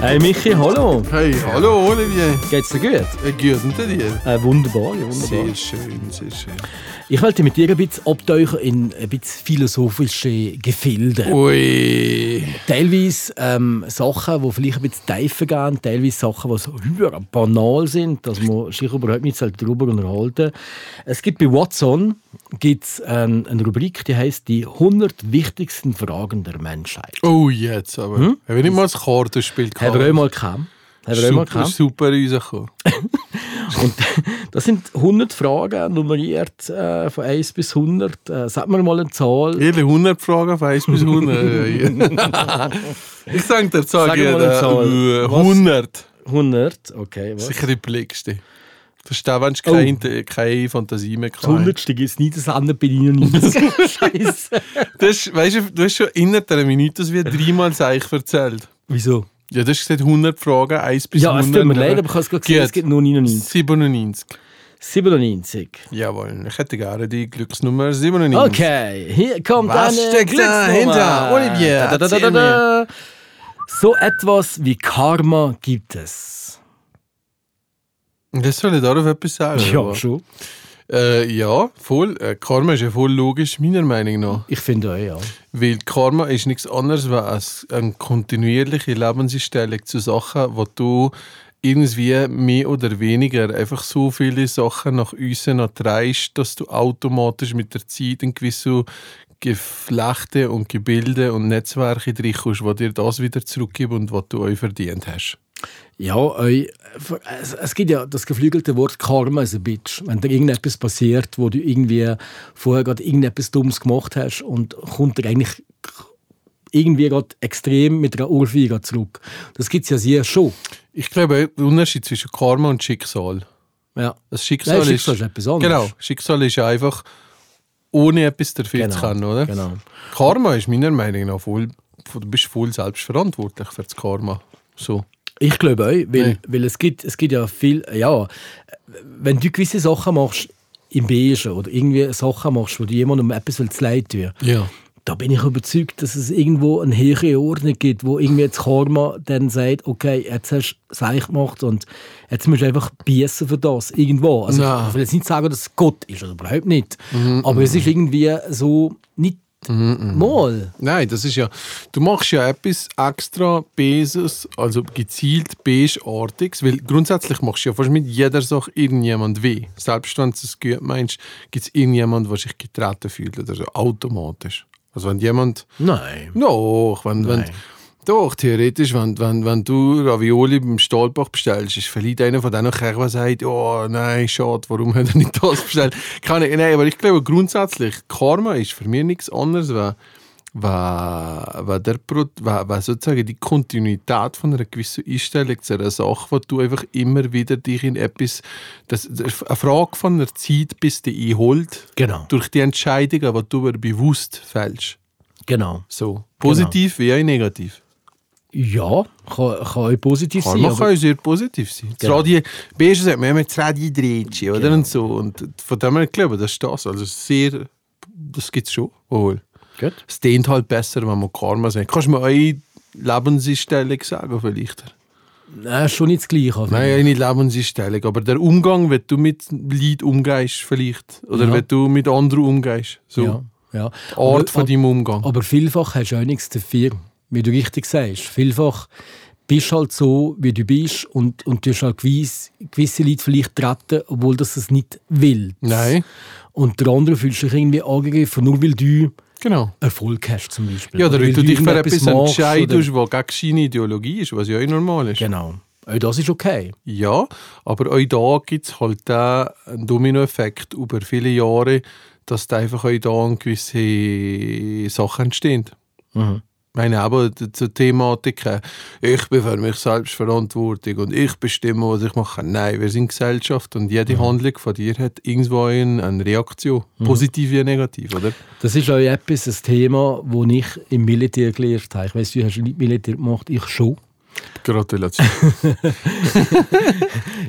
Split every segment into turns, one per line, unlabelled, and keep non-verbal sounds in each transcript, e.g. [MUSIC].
Hey Michi, hallo.
Hey, hallo Olivier.
Geht's dir gut?
Äh, Gut, und dir?
Äh, wunderbar, ja, wunderbar.
Sehr schön, sehr schön.
Ich wollte mit dir ein bisschen abtauchen in ein bisschen philosophische Gefilde.
Ui.
Teilweise ähm, Sachen, die vielleicht ein bisschen tiefer gehen, teilweise Sachen, die so höher banal sind, dass man sich überhaupt nicht darüber unterhalten Es gibt bei Watson gibt's, ähm, eine Rubrik, die heißt «Die 100 wichtigsten Fragen der Menschheit».
Oh, jetzt aber. Wenn ich mal das Kartenspiel
Haben wir auch mal gehabt. Haben wir auch mal
Super, super
gehabt.
rausgekommen.
Und [LAUGHS] das sind 100 Fragen, nummeriert äh, von 1 bis 100. Äh, sag mir mal eine Zahl.
Jede 100 Fragen auf 1 bis [LAUGHS] 100. ich sage dir,
Sag
sage
mal eine Zahl.
jeder. äh,
Was?
100.
100, okay. Was?
Sicher die billigste. Verstehe, wenn du
Oh.
keine, keine Fantasie mehr
Das 100. gibt es nicht, das andere bin ich
[LAUGHS]
noch nicht. Scheiße.
Das, weißt du, du hast schon innerhalb einer Minute das wie dreimal das Eich erzählt.
Wieso?
Ja, das ist 100 Fragen, 1 bis
Ja, es
100.
tut mir leid, aber ich habe es gerade gesehen,
Gut.
es gibt nur 99.
97.
97.
Jawohl, ich hätte gerne die Glücksnummer 97.
Okay, hier kommt
Was
eine
steckt
Glücksnummer.
dahinter? Olivier,
Da, da, da, da,
erzähl
da. So etwas wie Karma gibt es.
Das soll ich darauf etwas sagen.
Ja,
aber-
schon.
Äh, ja, voll. Äh, Karma ist ja voll logisch, meiner Meinung nach.
Ich finde auch, ja.
Weil Karma ist nichts anderes als eine kontinuierliche Lebenseinstellung zu Sachen, wo du irgendwie mehr oder weniger einfach so viele Sachen nach außen erträgst, dass du automatisch mit der Zeit in gewisse Geflechte und Gebilde und Netzwerke reinkommst, die dir das wieder zurückgeben und was du euch verdient hast.
Ja, äh, es, es gibt ja das geflügelte Wort Karma ist ein Bitch. Wenn dir irgendetwas passiert, wo du irgendwie vorher gerade irgendetwas Dummes gemacht hast und kommt dir eigentlich irgendwie gerade extrem mit einer Ohrfeige gerade zurück. Das gibt es ja sehr schon.
Ich glaube, der Unterschied zwischen Karma und Schicksal.
Ja.
Das Schicksal,
Nein, Schicksal
ist,
ist etwas anderes.
Genau, Schicksal ist einfach ohne etwas dafür
Genau,
zu können, oder?
genau.
Karma ist meiner Meinung nach voll, du bist voll selbstverantwortlich für das Karma. So.
Ich glaube auch, weil,
Nein.
weil es, gibt, es gibt ja viel, ja, wenn du gewisse Sachen machst im Beigen oder irgendwie Sachen machst, wo du jemandem etwas zu leid tun willst,
Ja.
da bin ich überzeugt, dass es irgendwo eine höhere Ordnung gibt, wo irgendwie jetzt Karma dann sagt, okay, jetzt hast du Seich gemacht und jetzt musst du einfach biessen für das, irgendwo. Also
Nein.
ich will jetzt nicht sagen, dass es Gott ist, oder überhaupt nicht.
Mhm,
Aber es ist irgendwie so nicht mal.
Nein, das ist ja, du machst ja etwas extra Beses, also gezielt Beischartiges, weil grundsätzlich machst du ja fast mit jeder Sache irgendjemand weh. Selbst wenn du es gut meinst, gibt es irgendjemand, der sich getreten fühlt oder so, automatisch. Also wenn jemand
Nein.
Doch, wenn, wenn, doch theoretisch, wenn, wenn, wenn du Ravioli beim Stahlbach bestellst, ist vielleicht einer von denen Kerl, der sagt, oh nein, schade, warum hat er nicht das bestellt? Keine, nein, aber ich glaube grundsätzlich, Karma ist für mich nichts anderes, weil, weil, weil, der, Pro- weil, weil sozusagen die Kontinuität von einer gewissen Einstellung zu einer Sache, wo du einfach immer wieder dich in etwas, das, das eine Frage von der Zeit, bis die einholt,
Genau,
durch die Entscheidungen, die du aber bewusst fällst.
genau.
So. Positiv wie auch negativ.
Ja, kann, kann auch positiv
Kann
sein.
man
aber-
kann auch sehr positiv sein. Das
Genau.
Radio, Beste sagt man immer, das Radio dreht sich, oder? Und so. Und von dem her, ich glaube, das ist das. Also sehr, das gibt es schon. Obwohl.
Gut.
Es dient halt besser, wenn man Karma sagt. Kannst du mir eine Lebenseinstellung sagen, vielleicht?
Nein, Äh, schon nicht das Gleiche. aber-
Nein, eine Lebenseinstellung. Aber der Umgang, wenn du mit Leid umgehst, vielleicht. Oder
Ja.
wenn du mit anderen umgehst. So.
Ja, ja.
Art
Aber-
von deinem Umgang.
Aber vielfach hast du auch nichts dafür, wie du richtig sagst. Vielfach bist du halt so, wie du bist und, und du hast halt gewiss, gewisse Leute vielleicht treten, obwohl das es nicht will.
Nein.
Und der andere fühlst dich irgendwie angegriffen, nur weil du
Genau.
Erfolg hast zum Beispiel.
Ja, oder wenn du dich für
irgendetwas
etwas
machst
entscheidest, was gegen seine Ideologie ist, was ja auch normal ist.
oder- Genau. Auch das ist okay.
Ja, aber auch da gibt es halt auch einen Dominoeffekt über viele
Mhm.
Jahre, dass da einfach auch da an gewisse Sachen entstehen. meine aber zur Thematik, äh, ich bin für mich selbst verantwortlich und ich bestimme, was ich mache. Nein, wir sind Gesellschaft und
Mhm.
jede Handlung von dir hat irgendwo eine, eine Reaktion, positiv wie negativ, oder?
Das ist auch etwas, ein Thema, das ich im Militär gelernt habe. Ich weiss, du hast nicht Militär gemacht, ich schon. [LAUGHS]
Gratulation. du bist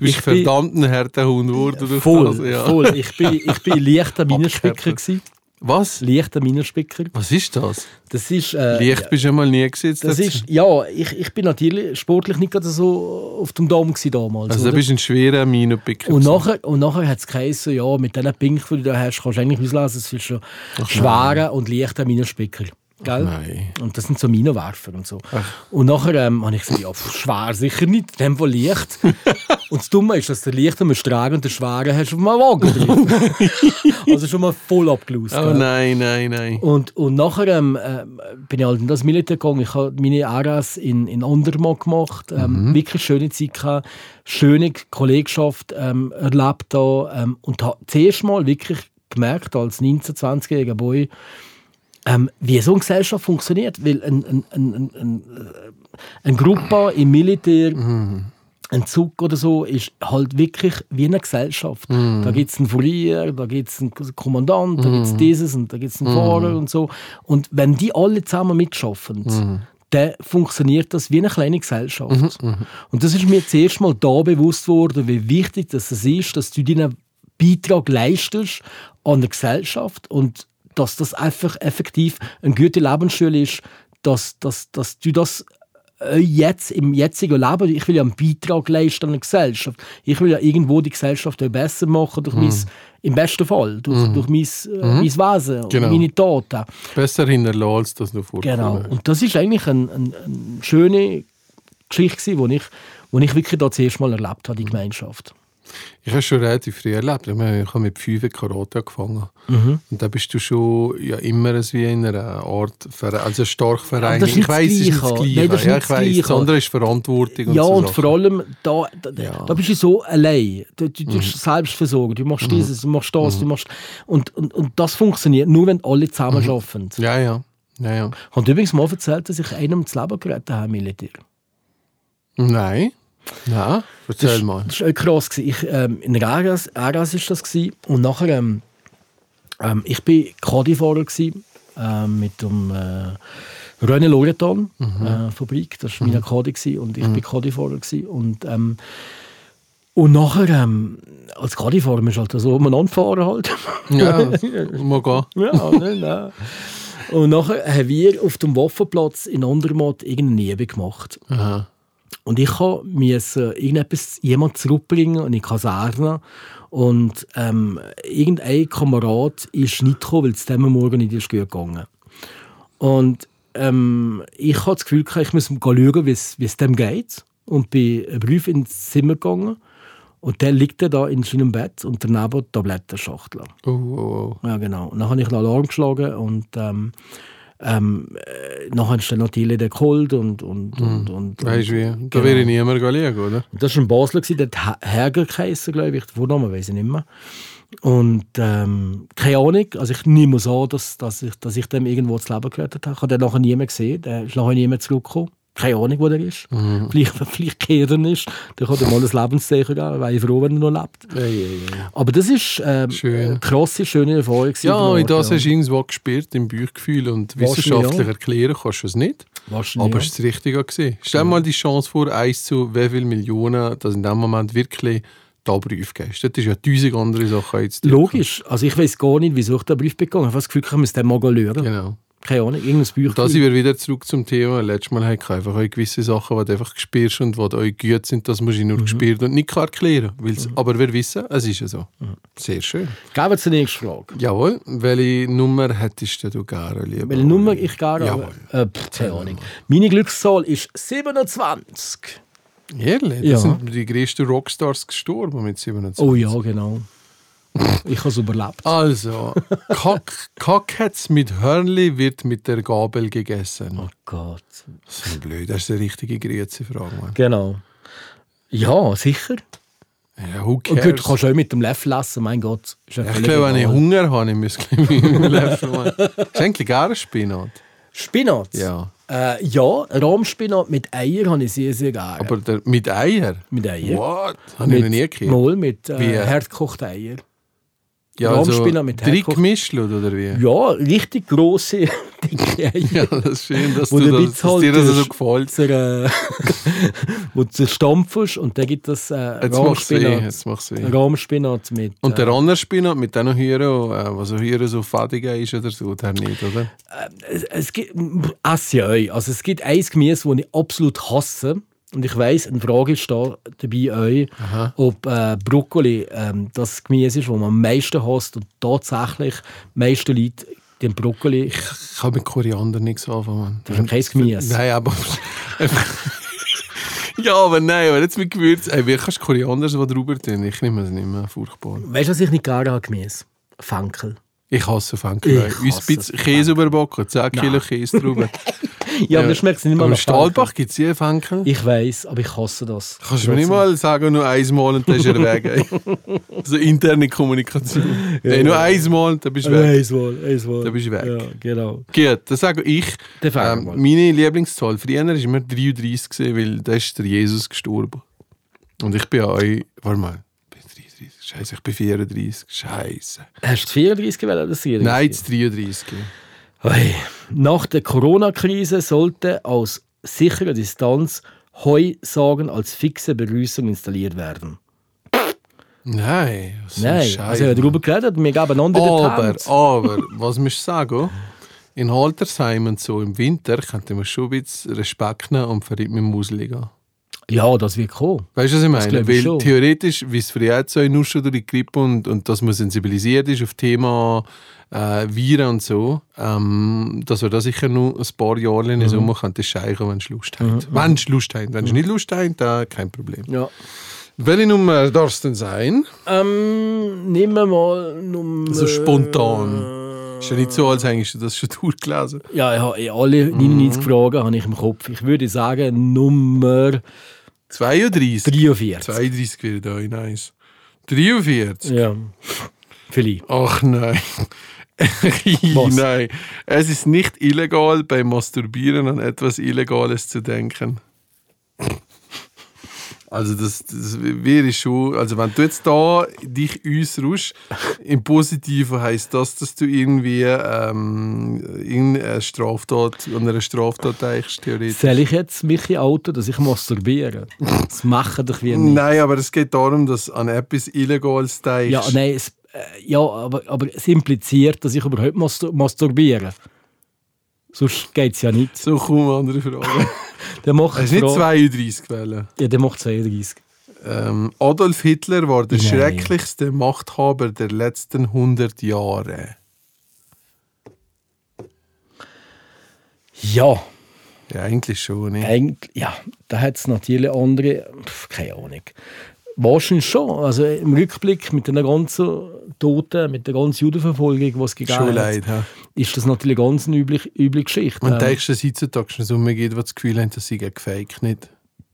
Ich bin-
verdammt ein harter Hund geworden. durch
Voll,
das, ja.
voll. Ich bin,
[LAUGHS]
ich bin leichter Minerspicker. gewesen.
Was?
Leichter Minerspicker.
Was ist das?
Das ist... äh,
Leicht bist du mal nie gesetzt.
Das ist, ja, ich, ich bin natürlich sportlich nicht gerade so auf dem Dom gewesen damals.
also, du
oder?
bist ein schwerer Minenpicker.
und, nachher, und nachher hat es geheißen, ja, mit diesen Pinken, die du da hast, kannst du eigentlich auslesen, es ist schon schwerer und leichter Minenspicker. Gell?
nein.
Und das sind so Minenwerfer und so. Und nachher ähm, habe ich gesagt, ja, pff, schwer sicher nicht, in dem Fall
[LAUGHS]
leicht. und das Dumme ist, dass der Leichter musst du tragen und der Schwere hast du auf einem Wagen drin.
[LAUGHS]
also schon mal voll abgelöst.
Oh
gell?
nein, nein, nein.
Und, und nachher ähm, äh, bin ich halt in das Militär gegangen. Ich habe meine RS in, in Andermatt gemacht. Ähm, Wirklich schöne Zeit gehabt. Schöne Kollegschaft ähm, erlebt da. Ähm, und habe zuerst mal wirklich gemerkt, als 19-, 20-jähriger Boy, ähm, wie so eine Gesellschaft funktioniert. Weil ein, ein, ein, ein, ein, eine Gruppe im Militär ein Zug oder so ist halt wirklich wie eine Gesellschaft. Da gibt es einen Furier, da gibt es einen Kommandant, da gibt es dieses und da gibt es einen Fahrer und so. Und wenn die alle zusammen mitschaffen, dann funktioniert das wie eine kleine Gesellschaft. Und das ist mir zuerst mal da bewusst worden, wie wichtig das es ist, dass du deinen Beitrag leistest an der Gesellschaft und dass das einfach effektiv eine gute Lebensschule ist, dass, dass, dass du das äh, jetzt im jetzigen Leben, ich will ja einen Beitrag leisten an die Gesellschaft. Ich will ja irgendwo die Gesellschaft auch besser machen
Mhm.
durch mein, im besten Fall, durch, durch mein, äh, mein Wesen
Genau.
und meine Taten.
Besser hinterlassen, als das noch vorkommt.
Genau. Und das ist eigentlich ein, ein, eine schöne Geschichte, die ich, wo ich wirklich da zuerst mal erlebt habe, die Gemeinschaft.
Ich habe schon relativ früh erlebt. Ich, meine, ich habe mit fünf Karate angefangen.
Mhm.
Und da bist du schon ja, immer so wie in einer Art, Ver- also stark
Aber
vereinigt.
das ist
Ich
nicht
weiß, es ist nicht
das
das Gleiche.
Gleiche. Nein, das ist
ja,
nicht
ich
das
weiß, das
Gleiche.
andere ist Verantwortung. Und
ja,
so
und
Sachen.
vor allem, da, da, da bist du so allein. Du, du,
Mhm.
du bist selbstversorgt, du machst dieses, du machst das, du machst. Und, und, und das funktioniert nur, wenn alle zusammen
Mhm.
arbeiten.
Ja, ja. ja, ja.
Ich habe übrigens mal erzählt, dass ich einem das Leben gerettet habe im Militär.
Nein. Nein, erzähl mal.
[LAUGHS] Das war auch krass. gewesen. Ich, ähm, in der RS war das. Gewesen. Und nachher, ähm, ähm, ich war Kadifahrer gewesen, ähm, mit dem äh, René Loretan, äh, Fabrik. Das war mein Kadi. gewesen. Und ich war Kadifahrer. gewesen. Und, ähm, und nachher, ähm, als Kadifahrer, musst du halt so umeinander fahren halt.
Ja, [LAUGHS] mal gehen.
[LAUGHS] Ja, nein, nein. Und nachher haben wir auf dem Waffenplatz in Andermatt irgendeine Liebe gemacht.
Aha.
Und ich musste irgendetwas jemand zurückbringen in die Kaserne. Und ähm, irgendein Kamerad ist nicht gekommen, weil es dem am Morgen nicht ist gut gegangen Und ähm, ich hatte das Gefühl, gehabt, ich muss schauen, wie es wie es dem geht. Und bin einen Brief ins Zimmer gegangen. Und der liegt dann da in seinem Bett und daneben die Tablettenschachtel.
Oh, oh, oh.
Ja, genau. Und dann habe ich einen Alarm geschlagen und ähm, ähm, äh, nachher ist dann natürlich der Cold und, und, und, und,
Weißt du
und
wie? Mhm. Da wäre ich niemand gelegen, oder?
das war in Basel, gewesen, der hat He- Herger geheissen, glaube ich, den Vornamen weiß ich nicht mehr. Und ähm, keine Ahnung, also ich nehme es an, dass, dass, ich, dass ich dem irgendwo das Leben gerettet habe. Ich habe den nachher nie mehr gesehen, der ist nachher nie mehr zurückgekommen. Keine Ahnung, wo der ist.
Mhm.
Vielleicht, [LAUGHS] vielleicht kehrt er nicht. Dann kann er mal ein Lebenszeichen geben, weil ich froh, wenn er noch lebt. Aber das ist ähm,
Schön.
eine krasse, schöne Erfahrung. gewesen
Ja,
von
und
Ort,
das
ja.
hast du irgendwo gespürt im Bauchgefühl und
Wahrscheinlich,
wissenschaftlich
ja.
erklären kannst du es nicht.
Wahrscheinlich,
Aber
ja.
es ist das Richtige gesehen. Stell dir mal die Chance vor, 1 zu wie viele Millionen, dass in dem Moment wirklich da Brief gehst. Das ist ja tausend andere Sachen jetzt.
Logisch. Also ich weiß gar nicht, wieso ich den Brief bekommen habe. Ich habe das Gefühl, ich muss den mal schauen.
Genau.
Keine Ahnung, irgendein Büchlein.
Da sind wir wieder zurück zum Thema. Letztes Mal hatte ich einfach auch gewisse Sachen, die du einfach spürst und die euch gut sind, das musst du
Mhm.
nur gespürt und nicht kann erklären. Weil's, Aber wir wissen, es ist ja so. Sehr schön.
Gehen wir zur nächsten Frage.
Jawohl. Welche Nummer hättest du gerne, lieber?
Welche Nummer ich gar
Jawohl.
Äh, pff, keine Ahnung. Meine Glückszahl ist 27.
Ehrlich?
Ja.
Das sind die größten Rockstars gestorben mit 27.
Oh ja, genau. Ich habe es überlebt. [LAUGHS]
Also, Kack, Kackhetz mit Hörnli wird mit der Gabel gegessen.
Oh Gott.
Das ist blöd, das ist eine richtige Grüezi-Frage, Mann.
Genau. Ja, sicher.
Ja, who
Und
cares?
gut, du kannst auch mit dem Löffel essen, mein Gott. Ist ja
ja, ich
völlig
glaube, wenn ich [LAUGHS]
egal.
Hunger habe, ich muss ich gleich meinen Löffel machen. Das ist eigentlich gar ein Spinat.
Spinat?
Ja.
Äh, ja, Rahmspinat mit Eier habe ich sehr, sehr gerne.
Aber der, mit Eier?
mit Eier.
What? Habe ich noch nie gehört.
Mal mit
Wie,
äh,
äh,
hartgekochten Eier.
ja, also,
Rahmspinat mit
drei
Herkoch-
gemischt, oder wie?
Ja, richtig grosse, [LAUGHS] dicke Eier.
[LAUGHS] Ja, das ist schön, dass,
Wo
du
der
das,
Witz
dass
halt
dir das
ist.
so gefällt.
Zur, äh, [LAUGHS] wo du zerstampfst und dann gibt es äh,
Jetzt machst du weh.
Rahmspinat,
Jetzt machst weh.
Rahmspinat mit.
Und
äh,
der andere Spinat mit den Hüren, äh, was auch Hüren so fadiger ist oder so, der nicht, oder?
es, es gibt esse ja euch. Also es gibt ein Gemüse, das ich absolut hasse. Und ich weiß, eine Frage ist da dabei euch, ob äh, Brokkoli ähm, das Gemüse ist, das man am meisten hasst und tatsächlich die meisten Leute den Brokkoli.
Ich kann mit Koriander nichts anfangen. Mann.
Das ist kein Gemüse.
Nein, aber. [LAUGHS] ja, aber nein, aber jetzt mit Gewürz. Ey, wie kannst du Koriander so drüber tun? Ich nehme es nicht mehr, furchtbar.
Weißt du, was ich nicht gerne habe, Gemüse? Fankel.
Ich hasse Fenkelei.
Ich
Uns
hasse
Bitz Käse überbacken, 10 Kilo Käse drüber.
[LAUGHS] Ja, aber das schmeckt nicht mal
Im
nach Fankel.
Stahlbach gibt es hier Fenkel.
Ich weiß, aber ich hasse das.
Kannst du mir nicht mal sagen, nur einmal und dann ist er weg. Ey.
[LAUGHS]
So interne Kommunikation. Nein, nur einmal und dann bist du weg.
Eins wohl, eins wohl.
Dann bist du weg.
Ja, genau.
Gut, dann sage ich,
Dann fangen
ähm,
wir mal.
meine Lieblingszahl früher war immer 33, gewesen, weil da ist der Jesus gestorben. Und ich bin euch, warte mal, ich bin 33, scheiße, ich bin 34, scheiße.
Hast du die 34 gewählt oder das 34?
Nein, das 33.
Hey. Nach der Corona-Krise sollte aus sicherer Distanz Heusagen als fixe Begrüßung installiert werden.
Nein, was
Nein,
Scheiße.
also wir haben darüber geredet und wir geben einander den
aber,
Tanz.
aber, was musst du sagen? In Haltersheim und so im Winter könnte man schon ein bisschen Respekt nehmen und verrückt mit dem Musli gehen.
Ja, das wird kommen.
Weißt du, was ich meine?
glaub ich
Weil
schon.
theoretisch, wie es früher jetzt so in Nuschel durch die Grippe und, und dass man sensibilisiert ist auf Thema äh, Viren und so, ähm, dass wir da sicher noch ein paar Jahre
Mhm.
in den Sommer könnte scheichen, wenn es Lust hat. Wenn es Lust hat. Wenn es nicht Lust hat, dann kein Problem.
Ja.
Welche Nummer darf es denn sein?
Ähm, nehmen wir mal Nummer...
So Also spontan. Ist ja nicht so, als hättest du das schon durchgelesen.
Ja, ich habe eh alle
Mhm.
99 Fragen habe ich im Kopf. Ich würde sagen Nummer
32.
43.
32 wäre da, nice. 43.
Ja. Vielleicht.
Ach nein. [LAUGHS]
Was?
nein. Es ist nicht illegal, beim Masturbieren an etwas Illegales zu denken. Also das, das wäre schon, also wenn du jetzt da dich äußerst, im Positiven heißt das, dass du irgendwie ähm, in eine Straftat, an einer Straftat denkst, theoretisch.
Soll ich jetzt mich in Auto, dass ich masturbiere? Das machen doch wir nicht.
Nein, aber es geht darum, dass an etwas Illegales denkst.
Ja, nein, es, äh, ja aber, aber es impliziert, dass ich überhaupt mastur masturbiere. Sonst geht es ja nicht.
So, komm, andere
[LAUGHS]
Frage.
Der macht
Hast du nicht
Frau-
32 gewählt?
Ja, der macht 32.
Ähm, Adolf Hitler war der
Nein.
schrecklichste Machthaber der letzten 100 Jahre.
Ja,
Ja, eigentlich schon. Ne?
eigentlich, ja, da hat es natürlich andere, pf, keine Ahnung. Wahrscheinlich schon. Also im Rückblick mit den ganzen Toten, mit der ganzen Judenverfolgung, die es gegeben
Schon
hat,
leid. Ja.
ist das natürlich ganz eine üble, üble Geschichte.
Man
Ähm,
denkst, dass heutzutage schon so mehr geht, was das Gefühl haben, dass sie gefaked nicht.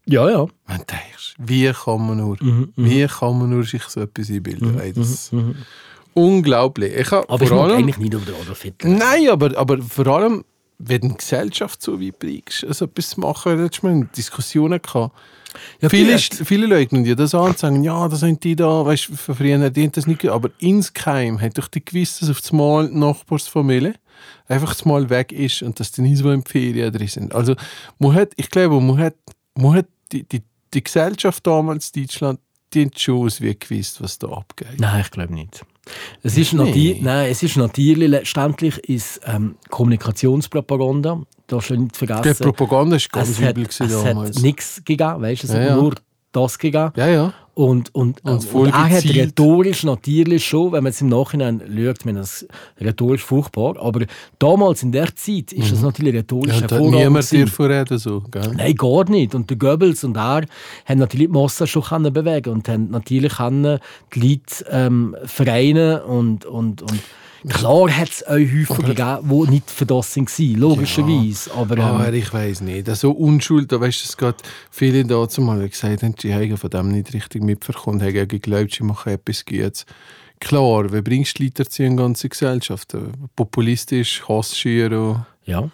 ja, ja.
Man denkst, wie kann man nur,
Mhm,
wie kann man nur sich so etwas einbilden? Ey, das unglaublich. Ich hab
Aber ich
vor
mag
allem-
eigentlich nicht über den Adolf Hitler.
Nein, aber, aber vor allem, wenn die Gesellschaft so weit bringst, also etwas zu machen, da hattest du Diskussionen gehabt. viele,
vielleicht.
ist- viele leugnen dir das an und sagen, ja, das sind die da, weißt du, von früher hat die das nicht gegeben. Aber insgeheim hat doch die gewusst, dass auf das Mal die Nachbarsfamilie einfach das Mal weg ist und dass die nicht so in die Ferien drin sind. Also, man hat, ich glaube, man hat, man hat die, die, die Gesellschaft damals in Deutschland, die hat schon wie gewusst, was da abgeht.
Nein, ich glaube nicht. Es ist, nati- Nein, es ist natürlich, letztendlich ist ähm, Kommunikationspropaganda, da schon nicht
Die
vergessen.
Propaganda ist ganz
es hat,
übel gewesen
es
damals.
hat nichts gegeben, weißt du, es
Ja,
hat
ja.
nur das gegeben.
ja, Also ja.
Und, und,
Und
und,
voll
er hat
gezielt.
rhetorisch natürlich schon, wenn man es im Nachhinein schaut, wenn das rhetorisch furchtbar, aber damals in der Zeit ist das natürlich rhetorisch
Mhm. Ja, und da hat
hervorragend
niemand
gewesen.
dir vorreden so, gell?
Nein, gar nicht. Und der Goebbels und er haben natürlich die Massen schon können bewegen und haben natürlich können die Leute ähm, vereinen und, und, und klar hat es auch Häufer gegeben, die nicht für das waren, logischerweise. Aber ähm,
Aber Ah, ich weiß nicht. So unschuld, da weißt du, es geht viele dazu mal gesagt haben, sie haben von dem nicht richtig mitverkommen, haben auch geglaubt, sie machen etwas Gutes. Klar, wie Äh, bringst du die Leute dazu in die ganze Gesellschaft? Populistisch, Hassschüren.
ja,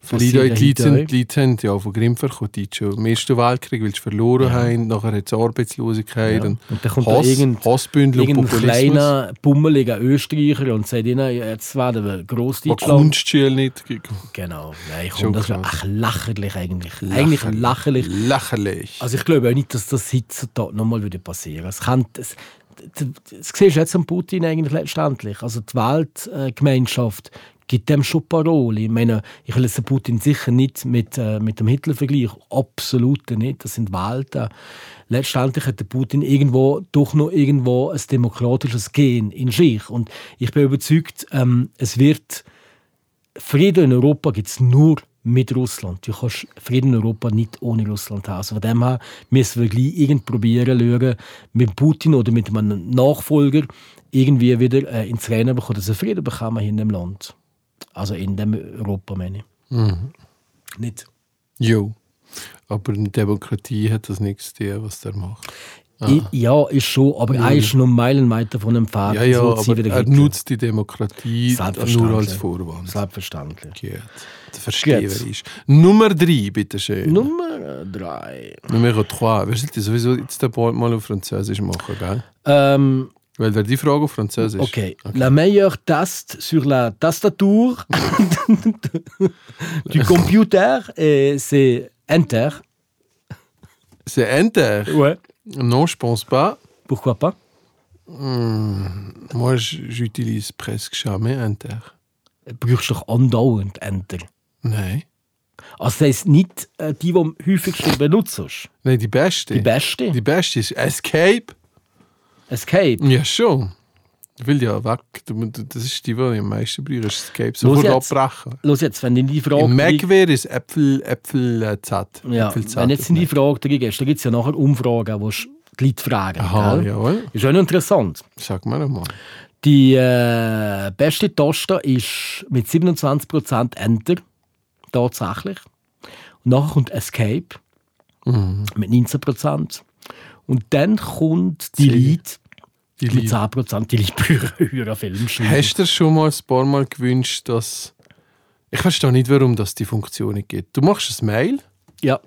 Für oh. die, die Leute sind, die Leute haben ja von Grimpfer Deutsch. Im Ersten Weltkrieg willst du verloren haben, nachher hat es Arbeitslosigkeit
Ja.
und,
Und dann kommt da
Hass,
irgend-
Hassbündel und
Irgendein
Populismus.
kleiner, pummeliger Österreicher und sagt ihnen, jetzt werden wir
Man
Grossdeutschland.
Kunstschule nicht.
Genau. Nein, komm,
Schon
das ist
krass.
ach, lächerlich eigentlich. Eigentlich lächerlich.
Lächerlich.
Also ich glaube auch nicht, dass das heutzutage nochmal wieder passieren würde. Es kann, es, d- d- das siehst du jetzt an Putin eigentlich letztendlich. Also die Weltgemeinschaft gibt dem schon Parole. Ich meine, ich will jetzt den Putin sicher nicht mit, äh, mit dem Hitler vergleichen. Absolut nicht. Das sind Welten. Letztendlich hat der Putin irgendwo, doch noch irgendwo ein demokratisches Gen in sich. Und ich bin überzeugt, ähm, es wird... Frieden in Europa gibt es nur mit Russland. Du kannst Frieden in Europa nicht ohne Russland haben. Also von dem her müssen wir gleich irgend probieren, schauen, mit Putin oder mit einem Nachfolger irgendwie wieder äh, ins Rennen bekommen, dass wir Frieden bekommen hier in dem Land. Also in dem Europa, meine ich.
Mhm.
Nicht.
Jo. Aber eine Demokratie hat das nichts zu tun, was der macht. Ah.
I, ja, ist schon, aber er ist noch Meilenweit davon entfernt.
Ja, ja,
so zu sein
aber
wie der
er
Hitler.
nutzt die Demokratie
Selbstverständlich.
nur als Vorwand.
Selbstverständlich.
Gut. Der Versteher ist. Nummer drei, bitteschön.
Nummer drei.
Nummer 3. Wir sollten sowieso jetzt den Ball mal auf Französisch machen, gell?
Ähm,
Weil wer die Frage auf Französisch.
Ok. La meilleure taste sur la
[LAUGHS]
tastature du computer, et c'est Enter.
C'est Enter.
Ouais.
Non, je pense pas.
Pourquoi pas
Moi, j- j'utilise presque jamais Enter.
Du Eh, brauchst doch andauernd Enter.
Nein.
Also das heisst nicht äh, die, die du am häufigsten benutzt.
Nein, die beste.
Die beste.
Die beste ist Escape.
Escape.
Ja, schon. Ich will ja weg. Du- du- Das ist die, die ich am meisten brauche. ist Escape.
Los
Sofort
jetzt.
abbrechen.
Los jetzt, wenn du in die Frage...
Im Mac wäre es Äpfel, Äpfel, äh, Z.
ja,
Äpfel Z
wenn jetzt in die
auf
Frage drin gehst, dann gibt es ja nachher Umfragen, wo sch- die Leute fragen.
Mac. Aha,
gell?
jawohl.
Ist auch noch interessant.
Sag mal nochmal.
Die äh, beste Taste ist mit 27% Enter, tatsächlich. Und nachher kommt Escape
Mhm.
mit 19%. Und dann kommt die Lied
Die
mit
Lied.
10%, die Lied höherer Film schreiben.
Hast du dir schon mal ein paar Mal gewünscht, dass. Ich verstehe nicht, warum das die Funktion nicht gibt. Du machst ein Mail
Ja,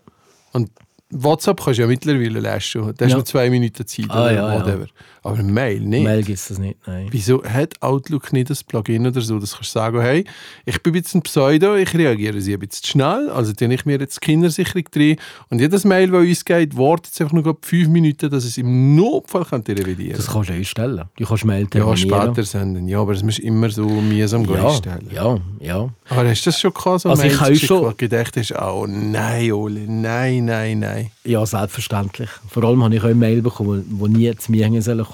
und WhatsApp kannst du ja mittlerweile löschen. Da hast
Ja.
du nur zwei Minuten Zeit
Ah,
oder
ja, ja.
whatever. Aber ein Mail nicht.
Mail gibt es das nicht, nein.
Wieso hat Outlook nicht das Plugin oder so, dass du kannst sagen hey, ich bin ein bisschen Pseudo, ich reagiere sie ein bisschen zu schnell, also tue ich mir jetzt Kindersicherung drin und jedes Mail, das uns geht, wartet jetzt einfach nur gerade fünf Minuten, dass es im Notfall kann revidieren
Das kannst du einstellen. Du kannst Mail
Ja,
terminieren.
später eh senden. Ja, aber es muss immer so mühsam
Ja,
einstellen.
ja, ja.
Aber hast du das schon gehabt, so
Also ich
Mails
habe
geschickt,
schon-
wo du gedacht hast, oh nein, Ole, nein, nein, nein.
Ja, selbstverständlich. Vor allem habe ich auch eine Mail bekommen, die nie zu mir hätte kommen sollen.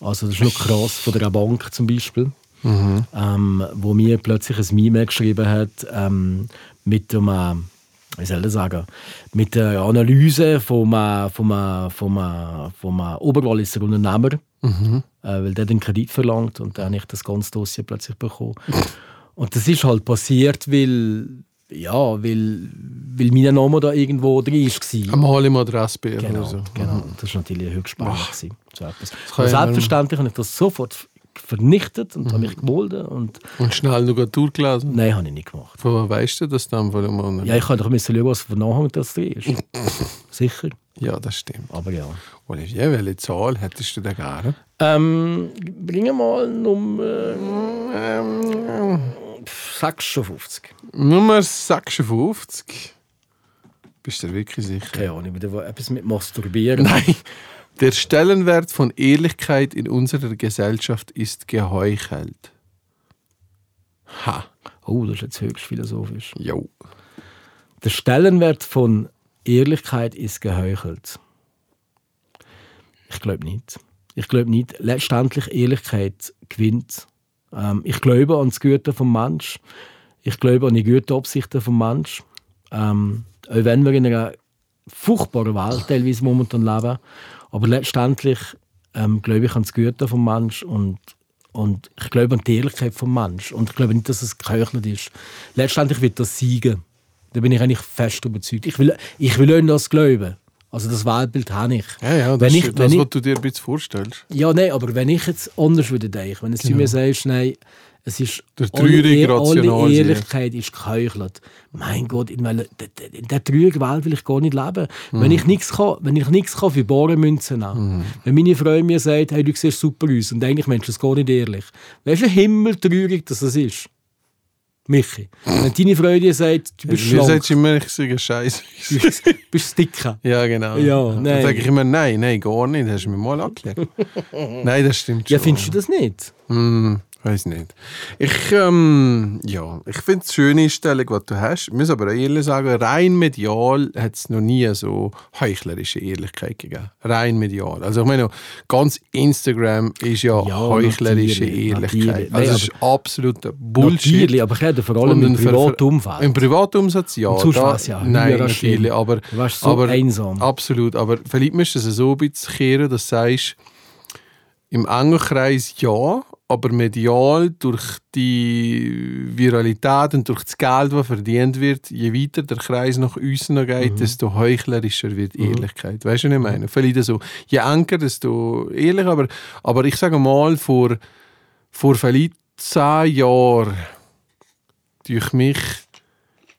Also das ist noch krass, von der Bank zum Beispiel, ähm, wo mir plötzlich ein Meme geschrieben hat ähm, mit einem, wie soll ich sagen, mit der Analyse äh, von einem, von einem, von einem, von einem äh, Oberwalliser Unternehmer, äh, weil der den Kredit verlangt und dann habe ich das ganze Dossier plötzlich bekommen. Und das ist halt passiert, weil, ja, weil, weil mein Name da irgendwo drin war.
Am Hall im Adressbild
Genau,
oder so.
genau. Das war natürlich höchst spannend. gewesen, So etwas.
kann
Und
ja
selbstverständlich habe ich Mhm. das sofort f- vernichtet und habe mich gemolden. Und
Und schnell noch gerade durchgelesen.
nein, habe ich nicht gemacht.
Von wo weißt du das dann von dem anderen?
Ja, ich hätte doch müssen schauen, was für ein Anhang das drin ist. [LAUGHS] Sicher,
Ja, das stimmt.
aber ja.
Olivier, welche Zahl hättest du da gerne?
Ähm, bringen mal Nummer ähm, 56.
Nummer 56. Bist du dir wirklich sicher?
Keine Ahnung, wieder wo- etwas mit Masturbieren.
Nein. Der Stellenwert von Ehrlichkeit in unserer Gesellschaft ist geheuchelt. Ha,
Oh, das ist jetzt höchst philosophisch.
jo.
Der Stellenwert von Ehrlichkeit ist geheuchelt. Ich glaube nicht. Ich glaube nicht. Letztendlich Ehrlichkeit gewinnt. Ähm, ich glaube an das Gute vom Mensch. Ich glaube an die guten Absichten vom Mensch. Ähm, auch wenn wir in einer furchtbaren Welt teilweise momentan leben, aber letztendlich ähm, glaube ich an das Gute vom Mensch und und ich glaube an die Ehrlichkeit vom Mensch und ich glaube nicht, dass es geheuchelt ist. Letztendlich wird das siegen. Da bin ich eigentlich fest überzeugt. Ich will, ich will auch an das glauben. Also das Weltbild habe ich.
Ja, ja, das
wenn
ist
ich,
das,
wenn ich,
was du dir ein bisschen vorstellst.
ja, nein, aber wenn ich jetzt anders würde denken, wenn jetzt zu mir sagst, nein, Es ist
Genau. Der
alle,
trüge
Ehr- alle
Rationalseher.
Ehrlichkeit ist geheuchelt. Mein Gott, in welcher- d- d- in der trügen Welt will ich gar nicht leben.
Mhm.
Wenn ich nichts kann, wenn ich nichts kann, für bare Münzen an. Wenn meine Frau mir sagt, hey, du siehst super aus und eigentlich meinst du es gar nicht ehrlich. Weißt du, wie himmeltrügig dass das ist? Michi. Wenn deine Frau dir sagt, du bist
Mir
schlank,
sagst du immer, ich sage
[LAUGHS]
Scheiße.
du bist- du bist dicker.
[LAUGHS] Ja, genau.
Ja,
Dann
nein.
sage ich immer, nein, nein, gar nicht. Hast du mir mal
[LAUGHS]
angelegt. nein, das stimmt schon.
Ja, findest du das nicht?
Hm, weiß nicht. Ich, ähm, ja, ich finde es schöne Einstellung, die du hast. Ich muss aber auch ehrlich sagen, rein medial hat es noch nie so heuchlerische Ehrlichkeit gegeben. Rein medial. Also ich meine, ganz Instagram ist ja,
Ja,
heuchlerische
natürlich,
Ehrlichkeit.
natürlich.
Also
Nein,
es ist absoluter Bullshit.
Natürlich, aber ich rede vor allem
Und
im
ein Ver-
Privatumfeld.
Im Privatumsatz, ja.
Und sonst
da-
was, ja.
Nein,
Höher als
natürlich.
schlimm.
Aber,
Du warst so
aber,
einsam.
Absolut. Aber vielleicht müsstest du es so ein bisschen kehren, dass du sagst, im engen Kreis ja, aber medial durch die Viralität und durch das Geld, das verdient wird, je weiter der Kreis nach außen geht, desto heuchlerischer wird die Ehrlichkeit. Weißt du, was ich meine? Vielleicht so, je enger, desto ehrlicher. Aber, aber ich sage mal, vor, vor vielleicht zehn Jahren, durch mich,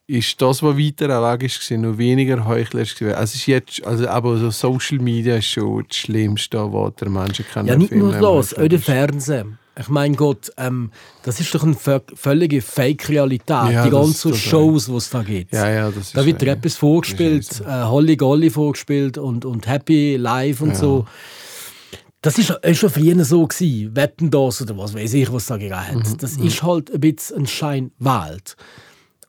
ist das, was weiter weg ist, war, noch weniger heuchlerisch. gewesen. Es ist jetzt, also aber so Social Media ist schon das Schlimmste, was der Menschen kann.
Ja, nicht nur
erfinden.
das, auch der Fernsehen. Ich meine Gott, ähm, das ist doch eine vö- völlige Fake-Realität.
Ja,
die
das-
ganzen
das-
Shows, die es da gibt.
Ja, ja, das
da
ist
wird dir
ja.
etwas vorgespielt, äh, Holly Golly vorgespielt und, und Happy Live und so. Das ist auch schon früher so gewesen. Wetten das oder was weiß ich, was da gegeben hat.
Mhm,
Das ist halt ein bisschen ein Scheinwelt.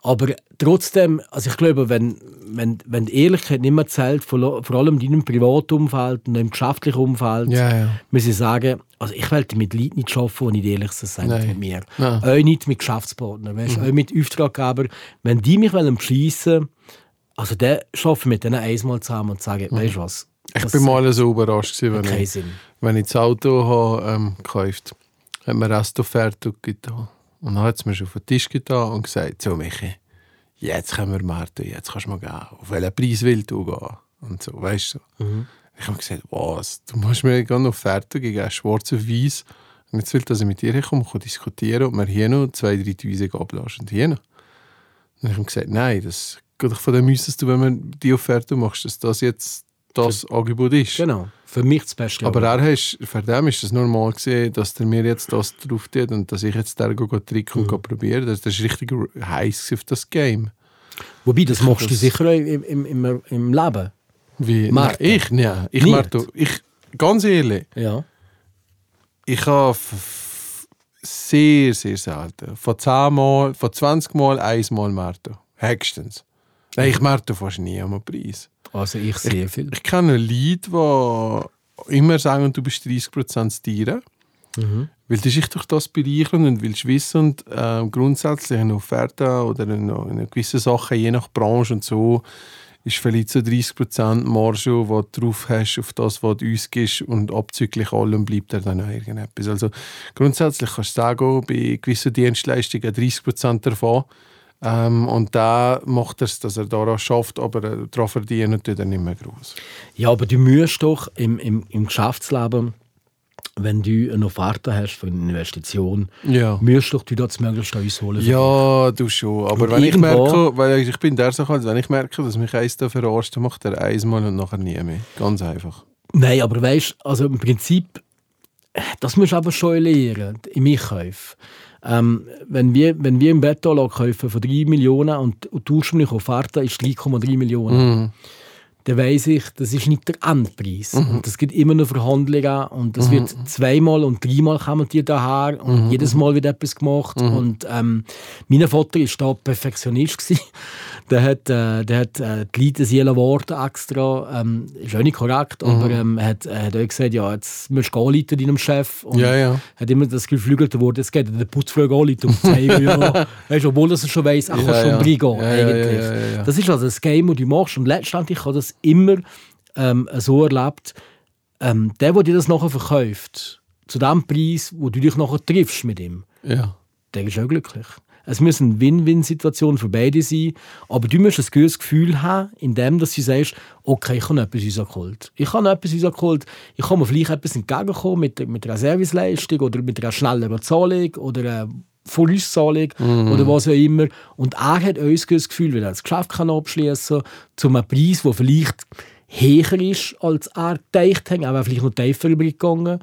Aber trotzdem, also ich glaube, wenn, wenn, wenn die Ehrlichkeit nicht mehr zählt, vor, vor allem in deinem Privatumfeld und im geschäftlichen Umfeld,
Ja, ja.
muss ich sagen, also ich wollte mit Leuten nicht arbeiten, die nicht ehrlich sind
Nein. Mhm.
mit mir.
Nein.
Auch nicht mit Geschäftspartnern, weißt, auch mit Auftraggebern. Wenn die mich beschissen also dann arbeiten mit denen einmal zusammen und sagen, weißt du was,
Mhm. Ich
das
bin mal so überrascht, gewesen,
hat
wenn,
keinen
ich,
Sinn.
wenn ich das Auto habe, ähm, gekauft habe, hat mir Restoffertung getan. Und dann hat es mir schon auf den Tisch getan und gesagt: So, Michi, jetzt können wir Martin, jetzt kannst du mal gehen. Auf welchen Preis willst du gehen? Und so, weißt du. so. Ich habe gesagt: Was? Du musst mir gerade noch Fertig geben, schwarz auf weiß. Und jetzt will ich, dass ich mit dir komme, kann diskutieren, ob wir hier noch zwei, drei Tausend ablassen und hier noch. Und ich habe gesagt, nein, das geht doch von dem aus, dass du, wenn man die Offerte machst, dass das jetzt das Angebot ist.
Genau, für mich das Beste.
Aber er hast, für dem ist es normal gesehen, dass der mir jetzt das drauf tut und dass ich jetzt der go go Trick und go probieren. Das, das ist richtig heiß auf das Game.
Wobei, das machst du
das-
sicher auch im, im, im, im Leben.
Wie, nein,
Martin.
ich, nein, ich,
Nicht.
Marto, ich, ganz ehrlich,
Ja.
ich habe f- f- sehr, sehr selten. Von 10 Mal, von 20 Mal, einmal Marto. Höchstens. Nein, ich Marto fast nie am Preis.
Also ich sehe viel.
Ich kenne Leute, die immer sagen, du bist 30% Tiere. Weil du dich durch das bereichern und willst wissen und ähm, grundsätzlich eine Offerte oder eine, eine gewisse Sache, je nach Branche und so, ist vielleicht so 30% Marge, was du drauf hast, auf das, was du uns gibst und abzüglich allem bleibt dir dann noch irgendetwas. Also grundsätzlich kannst du sagen, oh, bei gewissen Dienstleistungen 30% davon ähm, und da macht er es, dass er daran schafft, aber äh, daran verdienen tut er nicht mehr groß.
Ja, aber du musst doch im, im, im Geschäftsleben, wenn du eine Offerte hast für eine Investition,
Ja.
musst doch du das möglichst an uns holen.
Ja, du schon. Aber
Und
wenn ich
irgendwo-
merke, weil ich bin der Sache, halt, wenn ich merke, dass mich eins da verarscht, dann macht er einmal und nachher nie mehr. Ganz einfach.
Nein, aber weißt du, also im Prinzip, das musst du aber schon lernen im Einkauf. Ähm, wenn, wir, wenn wir im Betonlag kaufen von 3 Millionen und, und die ursprüngliche Offerte ist 3,3 Millionen, dann weiss ich, das ist nicht der Endpreis.
Mhm.
Und es gibt immer noch Verhandlungen und es wird zweimal und dreimal kommen die daher und
Mhm.
jedes Mal wird etwas gemacht. Und ähm, mein Vater war da Perfektionist. gewesen. [LAUGHS] der hat, äh, der hat äh, die Leute seelen Worte extra, ähm, ist auch nicht
Mhm.
korrekt, aber ähm, er hat, er hat auch gesagt, ja, jetzt musst du anrufen deinem Chef. Und
Ja, ja.
hat immer das geflügelte Wort, es geht der Putzfrau anrufen um 10
[LAUGHS]
Euro. Weißt, obwohl er es schon weiss, er kann
Ja,
schon
ja.
reingehen.
Ja, ja,
eigentlich.
ja, ja, ja.
Das ist also das Game, das du machst. Und letztendlich habe ich das immer ähm, so erlebt, ähm, der, der dir das nachher verkauft, zu dem Preis, wo du dich nachher triffst mit ihm,
Ja.
der ist auch glücklich. Es muss eine Win-Win-Situation für beide sein, aber du musst ein gutes Gefühl haben, indem dass du sagst, okay, ich habe etwas uns geholt. Ich habe etwas uns geholt, ich kann mir vielleicht etwas entgegenkommen mit, mit einer Serviceleistung oder mit einer schnelleren Zahlung oder äh, Vorauszahlung oder was auch immer. Und er hat uns das Gefühl, weil er das Geschäft kann abschließen zu einem Preis, der vielleicht höher ist, als er gedacht hat, aber vielleicht noch tiefer übergegangen.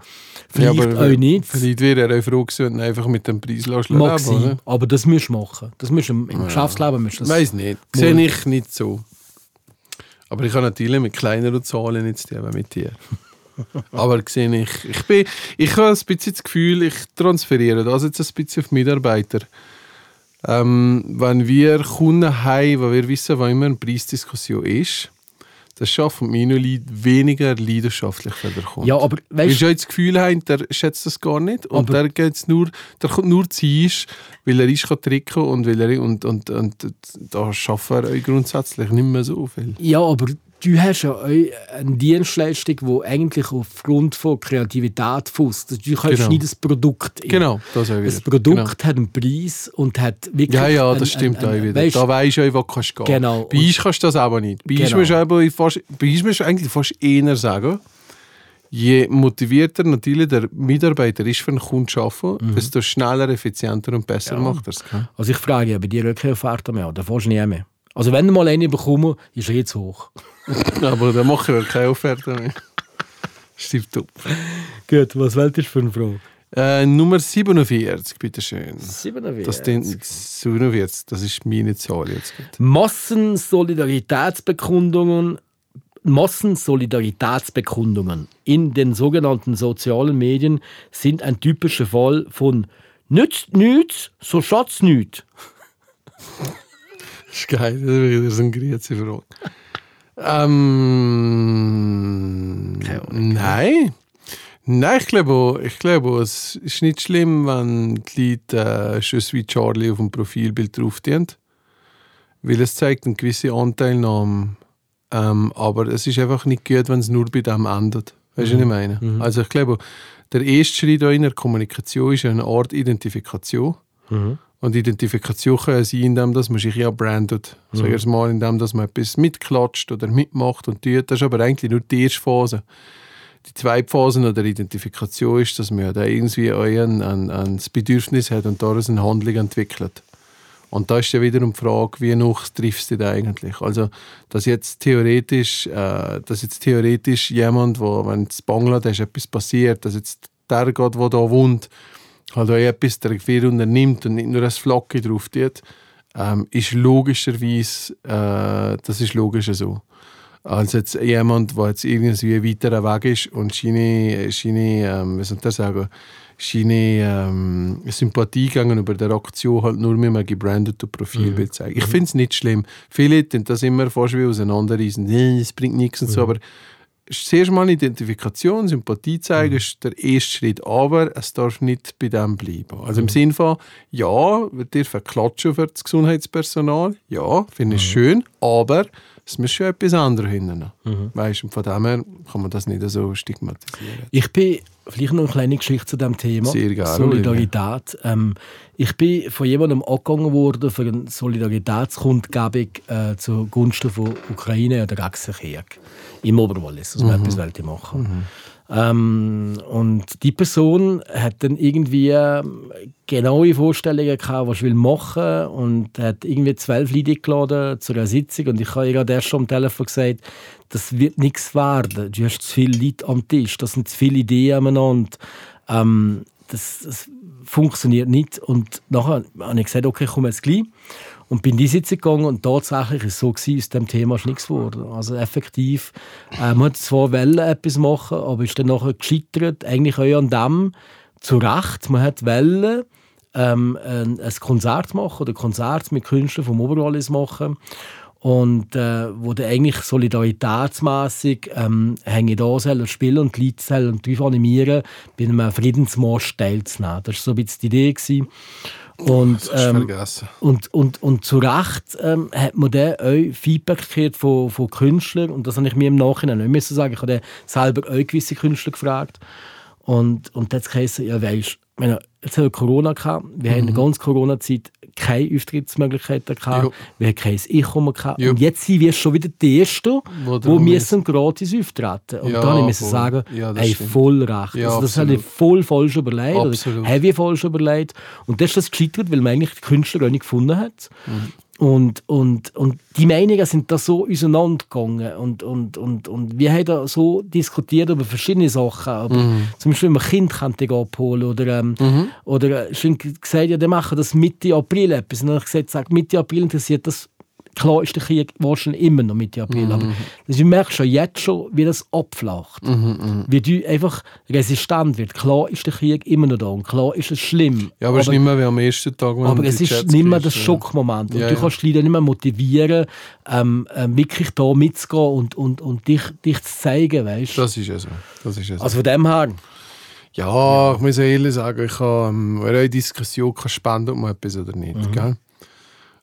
Vielleicht auch nicht.
Vielleicht wäre er auch froh gewesen, wenn er einfach mit dem Preis lassen
Mag
lässt,
sein,
oder?
aber das musst du machen. Das musst du im, im Geschäftsleben musst du das
Weiß nicht. Sehe ich nicht so. Aber ich habe natürlich mit kleineren Zahlen jetzt zu tun, aber mit
[LAUGHS]
dir. Aber sehe ich, ich bin, ich habe ein bisschen das Gefühl, ich transferiere das jetzt ein bisschen auf die Mitarbeiter. Ähm, wenn wir Kunden haben, wo wir wissen, wo immer eine Preisdiskussion ist, das schaffen meine Leute weniger leidenschaftlich, wenn der kommt.
Ja, aber
Weil
weißt
sie das Gefühl haben, der schätzt das gar nicht. Und
Aber-
der, geht's nur, der kommt nur zu uns, weil er ist kann tricken und, weil er, und, und, und, da schafft er auch grundsätzlich nicht mehr so viel.
Ja, aber du hast ja auch eine Dienstleistung, die eigentlich aufgrund von Kreativität fußt. Du kannst
Genau.
nicht das Produkt. in-
Genau, das auch wieder.
Das Produkt
Genau.
hat einen Preis und hat wirklich.
Ja, ja, das
einen-
stimmt
einen- einen-
auch wieder.
Weißt,
da weisst du auch, wo du kannst gehen
Genau.
Bei uns kannst du das aber nicht. Bei uns
Genau.
musst du, aber fast, bei uns musst du eigentlich fast eher sagen, je motivierter natürlich der Mitarbeiter ist für einen Kunden zu arbeiten,
Mhm.
desto schneller, effizienter und besser macht er es.
also ich frage ja, bei dir auch keine Offerte mehr. Da fährst du nie mehr. Also wenn du mal eine bekommst, ist er jetzt hoch.
[LAUGHS] Aber dann mache ich auch keine Offerte mehr. [LAUGHS] Stimmt top.
Gut, was wählst du für eine Frage?
Äh, Nummer 47, bitteschön.
47.
Das klingt 47, das ist meine Zahl jetzt. gerade.
Massensolidaritätsbekundungen, Massensolidaritätsbekundungen in den sogenannten sozialen Medien sind ein typischer Fall von nützt nütz, so schatz nüt.
Das ist geil, das ist wieder so eine griechische Frage. ähm, nein. Nein, ich glaube, ich glaube, es ist nicht schlimm, wenn die Leute äh, «Je wie Charlie» auf dem Profilbild draufstehen. Weil es zeigt eine gewisse Anteilnahme. Ähm, aber es ist einfach nicht gut, wenn es nur bei dem endet. Weißt du, was ich meine? Also ich glaube, der erste Schritt auch in der Kommunikation ist eine Art Identifikation. Und Identifikation kann sein, indem dass man sich ja brandet. Also erstmal, indem dass man etwas mitklatscht oder mitmacht und tut. Das ist aber eigentlich nur die erste Phase. Die zweite Phase an der Identifikation ist, dass man ja da irgendwie auch ein, ein, ein Bedürfnis hat und daraus eine Handlung entwickelt. Und da ist ja wiederum die Frage, wie noch triffst du dich eigentlich? Also, dass jetzt theoretisch, äh, dass jetzt theoretisch jemand, wo, wenn in Bangladesch etwas passiert, dass jetzt der geht, der da wohnt, halt auch etwas dafür unternimmt und nicht nur eine Flagge drauf tut, ähm, ist logischerweise, äh, das ist logischer so. Als jetzt jemand, der jetzt irgendwie weiter weg ist und seine, seine ähm, wie soll ich das sagen, seine ähm, Sympathie gegenüber der Aktion halt nur mit einem gebrandeten Profilbild zeigen. Ich finde es nicht schlimm. Viele tun das immer fast wie auseinanderreißen. Nee, es bringt nichts und so, aber zuerst mal Identifikation, Sympathie
Mhm.
zeigen, ist der erste Schritt, aber es darf nicht bei dem bleiben. Also im
Mhm.
Sinne von, ja, wir dürfen klatschen für das Gesundheitspersonal, ja, finde
Mhm.
ich schön, aber es muss schon etwas anderes hinten.
Mhm.
Weißt du, und von dem her kann man das nicht so stigmatisieren.
Ich bin, vielleicht noch eine kleine Geschichte zu dem Thema.
Sehr gerne,
Solidarität. Ähm, ich bin von jemandem angegangen worden für eine Solidaritätskundgebung äh, zugunsten von Ukraine und der ganzen Krieg im Oberwallis,
Mhm.
dass man um etwas wollte machen ähm, Und die Person hat dann irgendwie ähm, genaue Vorstellungen gehabt, was ich will machen und hat irgendwie zwölf Leute geladen zu einer Sitzung und ich habe ihr gerade erst schon am Telefon gesagt, das wird nichts werden, du hast zu viele Leute am Tisch, das sind zu viele Ideen aneinander. Ähm, das, das funktioniert nicht. Und nachher habe ich gesagt, okay, ich komme jetzt gleich. Und bin in die Sitzung gegangen und tatsächlich ist es so gewesen, aus dem Thema ist nichts geworden. Also effektiv, äh, man hat zwar wollen etwas machen, aber ist dann nachher gescheitert, eigentlich auch an dem, zu Recht, man hat wollen, ähm, ein, ein Konzert machen oder Konzert mit Künstlern vom Oberwallis machen und äh, wo dann eigentlich solidaritätsmässig ähm, hänge da sollen spielen und die Leute sollen darauf animieren, bei einem Friedensmarsch teilzunehmen. Das war so ein bisschen die Idee. Gewesen. Und, ähm,
Vergessen.
und, und, und zu Recht ähm, hat man dann auch Feedback gekriegt von, von Künstlern. Und das habe ich mir im Nachhinein nicht müssen sagen. Ich habe dann selber auch gewisse Künstler gefragt. Und, und dann hat es geheißen, ja weisst, meine, jetzt haben wir Corona gehabt, wir haben in der ganzen Corona-Zeit keine Auftrittsmöglichkeiten gehabt,
Mhm. Jo.
wir haben kein Einkommen gehabt.
Jo.
Und jetzt sind wir schon wieder die Ersten,
Wo
wo
drum
müssen gratis auftreten. Und
Ja,
da müssen
voll.
ich sagen,
Ja, das
hey,
stimmt.
voll recht.
Ja,
also, das habe ich
absolut.
voll falsch überlegt, oder
Absolut.
habe ich falsch überlegt. Und das ist das gescheitert, weil man eigentlich die Künstler gar nicht gefunden hat.
Mhm.
Und, und, und die Meinungen sind da so auseinandergegangen. Und, und, und, und wir haben da so diskutiert über verschiedene Sachen. Aber
Mhm.
Zum Beispiel, wenn man Kind könnte ich abholen oder, ähm, oder äh, schön g- gesagt, ja, dann machen das Mitte April etwas. Und dann habe ich gesagt, sag, Mitte April interessiert das. Klar ist der Krieg wahrscheinlich immer noch Mitte April,
Mhm.
aber also ich merke schon jetzt schon, wie das abflacht.
Mhm,
wie du einfach resistent wird. Klar ist der Krieg immer noch da und klar ist es schlimm.
Ja, aber, es ist nicht mehr wie am ersten Tag, wenn
Aber
du
es
die
ist
Chats
nicht mehr das
kriegst, ja.
Schockmoment. Und
Ja,
du
ja.
kannst die Leute nicht mehr motivieren, ähm, ähm, wirklich da mitzugehen und, und, und dich, dich zu zeigen, weißt du?
Das ist ja so. Das ist ja so.
Also von dem her,
Ja, ich muss ehrlich sagen, ich habe ähm, eine Diskussion keine spenden, ob man etwas oder nicht. Gell?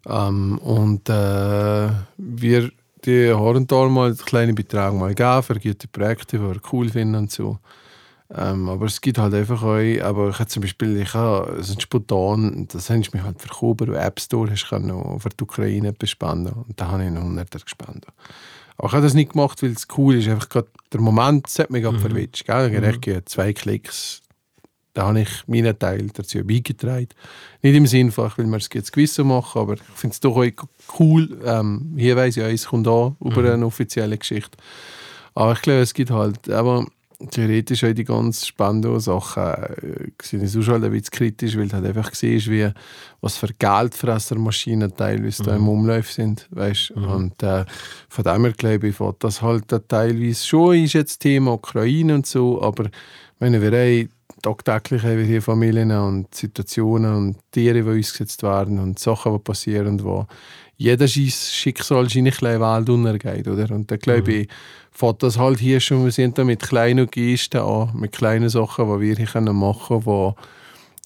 Ähm, und äh, wir die haben da mal einen kleinen Betrag mal gegeben für gute Projekte, die wir cool finden und so. Ähm, aber es gibt halt einfach auch, aber ich habe zum Beispiel, ich habe so ein spontan, das habe ich mir halt verkauft, weil App Store hast du noch für die Ukraine etwas spenden und da habe ich einen Hunderter gespendet. Aber ich habe das nicht gemacht, weil es cool ist, einfach gerade der Moment, das hat mich gerade verwitscht, gell? Ich habe echt gehabt, zwei Klicks, da habe ich meinen Teil dazu beigetragen. Nicht im Sinne von, ich will mir das jetzt gewissen machen, aber ich finde es doch auch cool, ähm, hier weiss ich, ja, es kommt an, über eine offizielle Geschichte. Aber ich glaube, es gibt halt, aber theoretisch auch die ganz spannenden Sachen, äh, sind es auch schon ein bisschen kritisch, weil du halt einfach siehst, wie, was für Geldfressermaschinen teilweise da im Umlauf sind, weißt Und äh, von dem her glaube ich, fährt das halt da teilweise schon ist jetzt Thema Ukraine und so, aber ich meine, wir haben tagtäglich haben wir hier Familien und Situationen und Tiere, die ausgesetzt werden und Sachen, die passieren und wo jeder sein Schicksal seine kleine Welt untergeht, oder? Und da glaube ich, fängt das halt hier schon, wir sind da mit kleinen Gesten an, mit kleinen Sachen, die wir hier können machen können,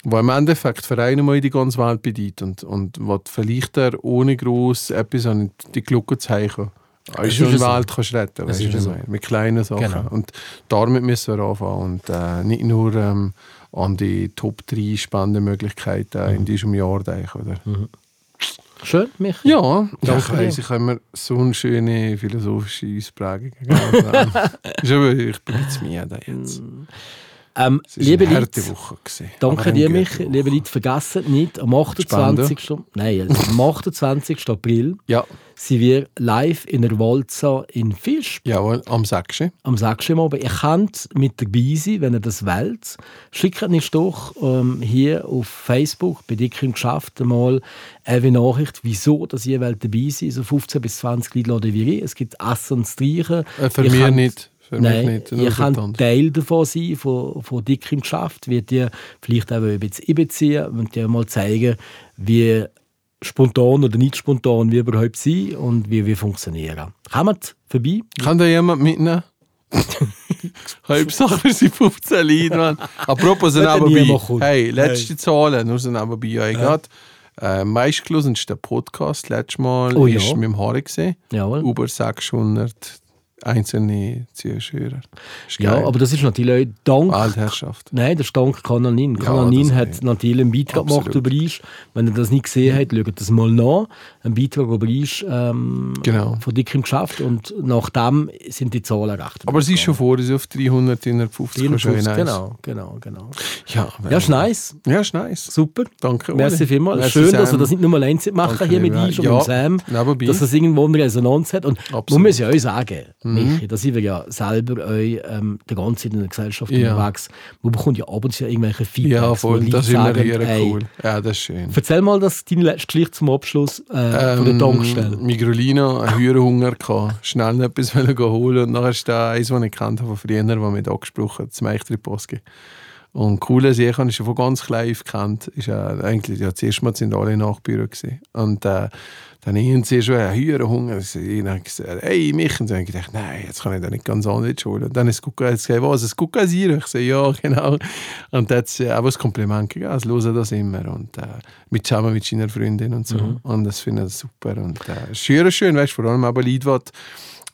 die im Endeffekt für einen mal die ganze Welt bedeuten und, und was vielleicht er ohne groß etwas an die Glocke zeigen kann.
ist
Ist schon
so.
Welt kannst retten, weißt
ist
du, was
so.
ich meine? mit kleinen Sachen.
Genau.
Und damit müssen wir anfangen und äh, nicht nur ähm, an die Top 3 Spendenmöglichkeiten
Mhm.
in diesem Jahr denken, oder?
schön, Michi.
Ja,
Danke
ich weiss,
dir.
ich habe immer so eine schöne philosophische Ausprägung. [LAUGHS] gegeben. Also, ist aber- ich bin jetzt müde jetzt.
Ähm,
Es war
liebe
eine
Leute,
harte Woche. Gewesen, aber
Danke
eine
dir,
gute
Michi.
Woche.
Liebe Leute, vergessen nicht, am 28. Nein, also am [LAUGHS] 28. April
Ja,
sind wir live in der Walza in Fisch.
jawohl, am 6.
am 6. Mal. Ihr könnt mit dabei sein, wenn ihr das wollt. Schickt uns doch ähm, hier auf Facebook bei Dick im Geschäft mal eine Nachricht, wieso dass ihr wollt dabei sein So 15 bis 20 Leute laden wir ein. Es gibt Essen und Streichen.
Äh, für
Ihr
mich
könnt-
nicht. Für
Nein,
mich nicht.
ihr
Nur für die
könnt
anderen.
Teil davon sein, von, von Dick im Geschäft. Wird ihr vielleicht auch ein bisschen einbeziehen und dir mal zeigen, wie spontan oder nicht spontan wir überhaupt sind und wie wir funktionieren. Kommt vorbei.
Kann da jemand
[LAUGHS]
mitnehmen? Hauptsache, wir sind 15 Leute, Mann. Apropos so
Wenn der
nebenbei.
niemand kommt.
Hey, letzte Zahlen, nur so nebenbei. Ja, ich grad, äh, meistgelosenster Podcast letztes Mal
Oh ja.
ist mit dem Harry gesehen.
Jawohl.
Über 600 einzelne Zuschauer. Ist
Ja,
geil.
aber das ist natürlich auch dank.
Altherrschaft.
Nein, das ist dank Kananin.
Ja,
Kananin
das
hat
nicht.
natürlich einen Beitrag gemacht
Absolut.
über Isch. Wenn ihr das nicht gesehen habt, schaut das mal nach. Ein Beitrag über Isch ähm,
Genau.
von Dickem geschafft und nach dem sind die Zahlen recht.
Aber sie ist schon vor, sie ist auf 300, 350. kann schon
54,
hinein.
genau, genau, genau.
Ja,
Ja, ist nice.
Ja, ist nice.
Super.
Danke, Uli.
Merci vielmals.
Merci,
Schön, dass wir
Sam.
das nicht nur allein machen
Danke,
hier mit
lieber.
Isch und
Ja,
mit Sam.
nebenbei.
Dass das irgendwo eine Resonanz hat. Und
Absolut. Mhm.
man muss ja auch sagen, Michi, da sind wir ja selber euch ähm, die ganze Zeit in der Gesellschaft
Ja.
unterwegs. Man bekommt ja ab und zu irgendwelche Feedbacks.
Ja, voll.
wo Leute
Das ist immer
sagen,
eher
ey,
cool. Ja, das ist schön. Ähm,
Erzähl mal das, deine letzte Geschichte zum Abschluss äh, von der Tankstelle.
Migrolina, einen höheren Hunger gehabt, schnell etwas [LAUGHS] wollen gehen holen und nachher ist da eins, das ich kennt habe von früher, der mich angesprochen hat, das Meichtriposki. Und cool, dass ich habe ich schon von ganz klein auf kennt, ist äh, eigentlich, ja, das erste Mal sind alle Nachbüro gewesen. Und äh, dann haben sie schon einen höheren Hunger. Und ich habe gesagt, hey, mich. Und dann habe ich gedacht, nein, jetzt kann ich da nicht ganz anders holen. Und dann ist es gesagt, was, es Kuckasier? Ich sage, ja, genau. Und dann hat sie auch ein Kompliment gegeben, sie hören das immer. Und äh, mit zusammen mit seiner Freundin und so. Und das finde ich super. Und äh, es ist sehr schön, weißt du, vor allem aber Leute, die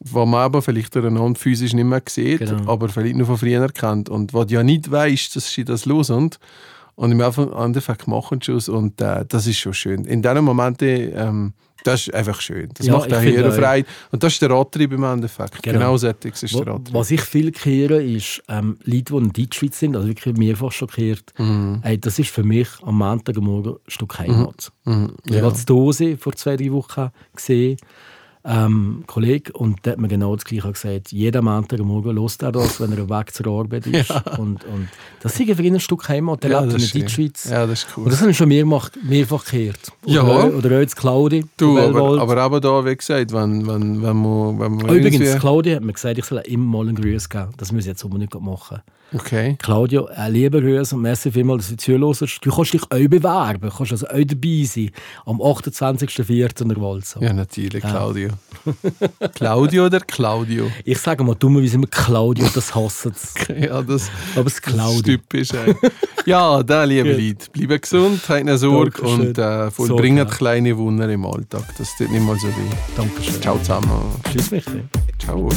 was man aber vielleicht einander physisch nicht mehr sieht,
Genau.
aber vielleicht nur von früher kennt und was du ja nicht weißt, dass sie das hören. Und im Endeffekt machen sie es und äh, das ist schon schön. In diesen Momenten, ähm, das ist einfach schön. Das
Ja,
macht
ich
auch
finde
hier
auch.
Freude. Und das ist der Rattrieb im Endeffekt.
Genau.
Genau, so solches ist
Wa-
der Rattrieb.
Was ich viel kehre, ist, ähm, Leute, die in der Deutschschweiz sind, also wirklich mehrfach schockiert,
Mhm.
ey, das ist für mich am Montagmorgen ein Stück Heimat.
Mhm.
Ich habe die Dose vor zwei, drei Wochen gesehen, ähm, ein Kollege, und der hat mir genau das Gleiche gesagt. Jeden Montagmorgen hört er das, wenn er weg zur
[LAUGHS]
Arbeit ist. Und, und das ist für ihn ein Stück Heimat, der
Ja,
lebt
das
in
ist
der
schön.
Deutschschweiz.
Ja, das ist cool.
Und das habe ich schon mehrfach, mehrfach gehört.
Ja.
Oder, oder auch jetzt Claudi.
Du,
von
aber,
Wellwald.
aber eben da, wie gesagt, wenn, wenn, wenn man... Wenn man
Ah, Übrigens,
irgendwie-
Claudia hat mir gesagt, ich soll immer mal einen Grüß geben. Das muss ich jetzt aber nicht machen.
Okay.
Claudio, ein lieber Grüß und merci vielmals, dass du zuhörst. Du kannst dich auch bewerben, kannst also auch dabei sein. Am 28.04. in der Walzer.
Ja, natürlich,
Ah. [LAUGHS]
Claudio. Claudio oder Claudio?
Ich sage mal dummerweise immer Claudio, das hasst es.
Ja, das,
Aber
das
es
ist
Claudio.
typisch. ey. Ja, dann, liebe
Gut.
Leute, bleibt gesund, habt eine Sorge
Dankeschön.
und äh, vollbringt
Sorge, ja.
kleine Wunder im Alltag. Das tut nicht mal so weh.
Dankeschön.
Ciao zusammen.
Tschüss, Michael.
Ciao.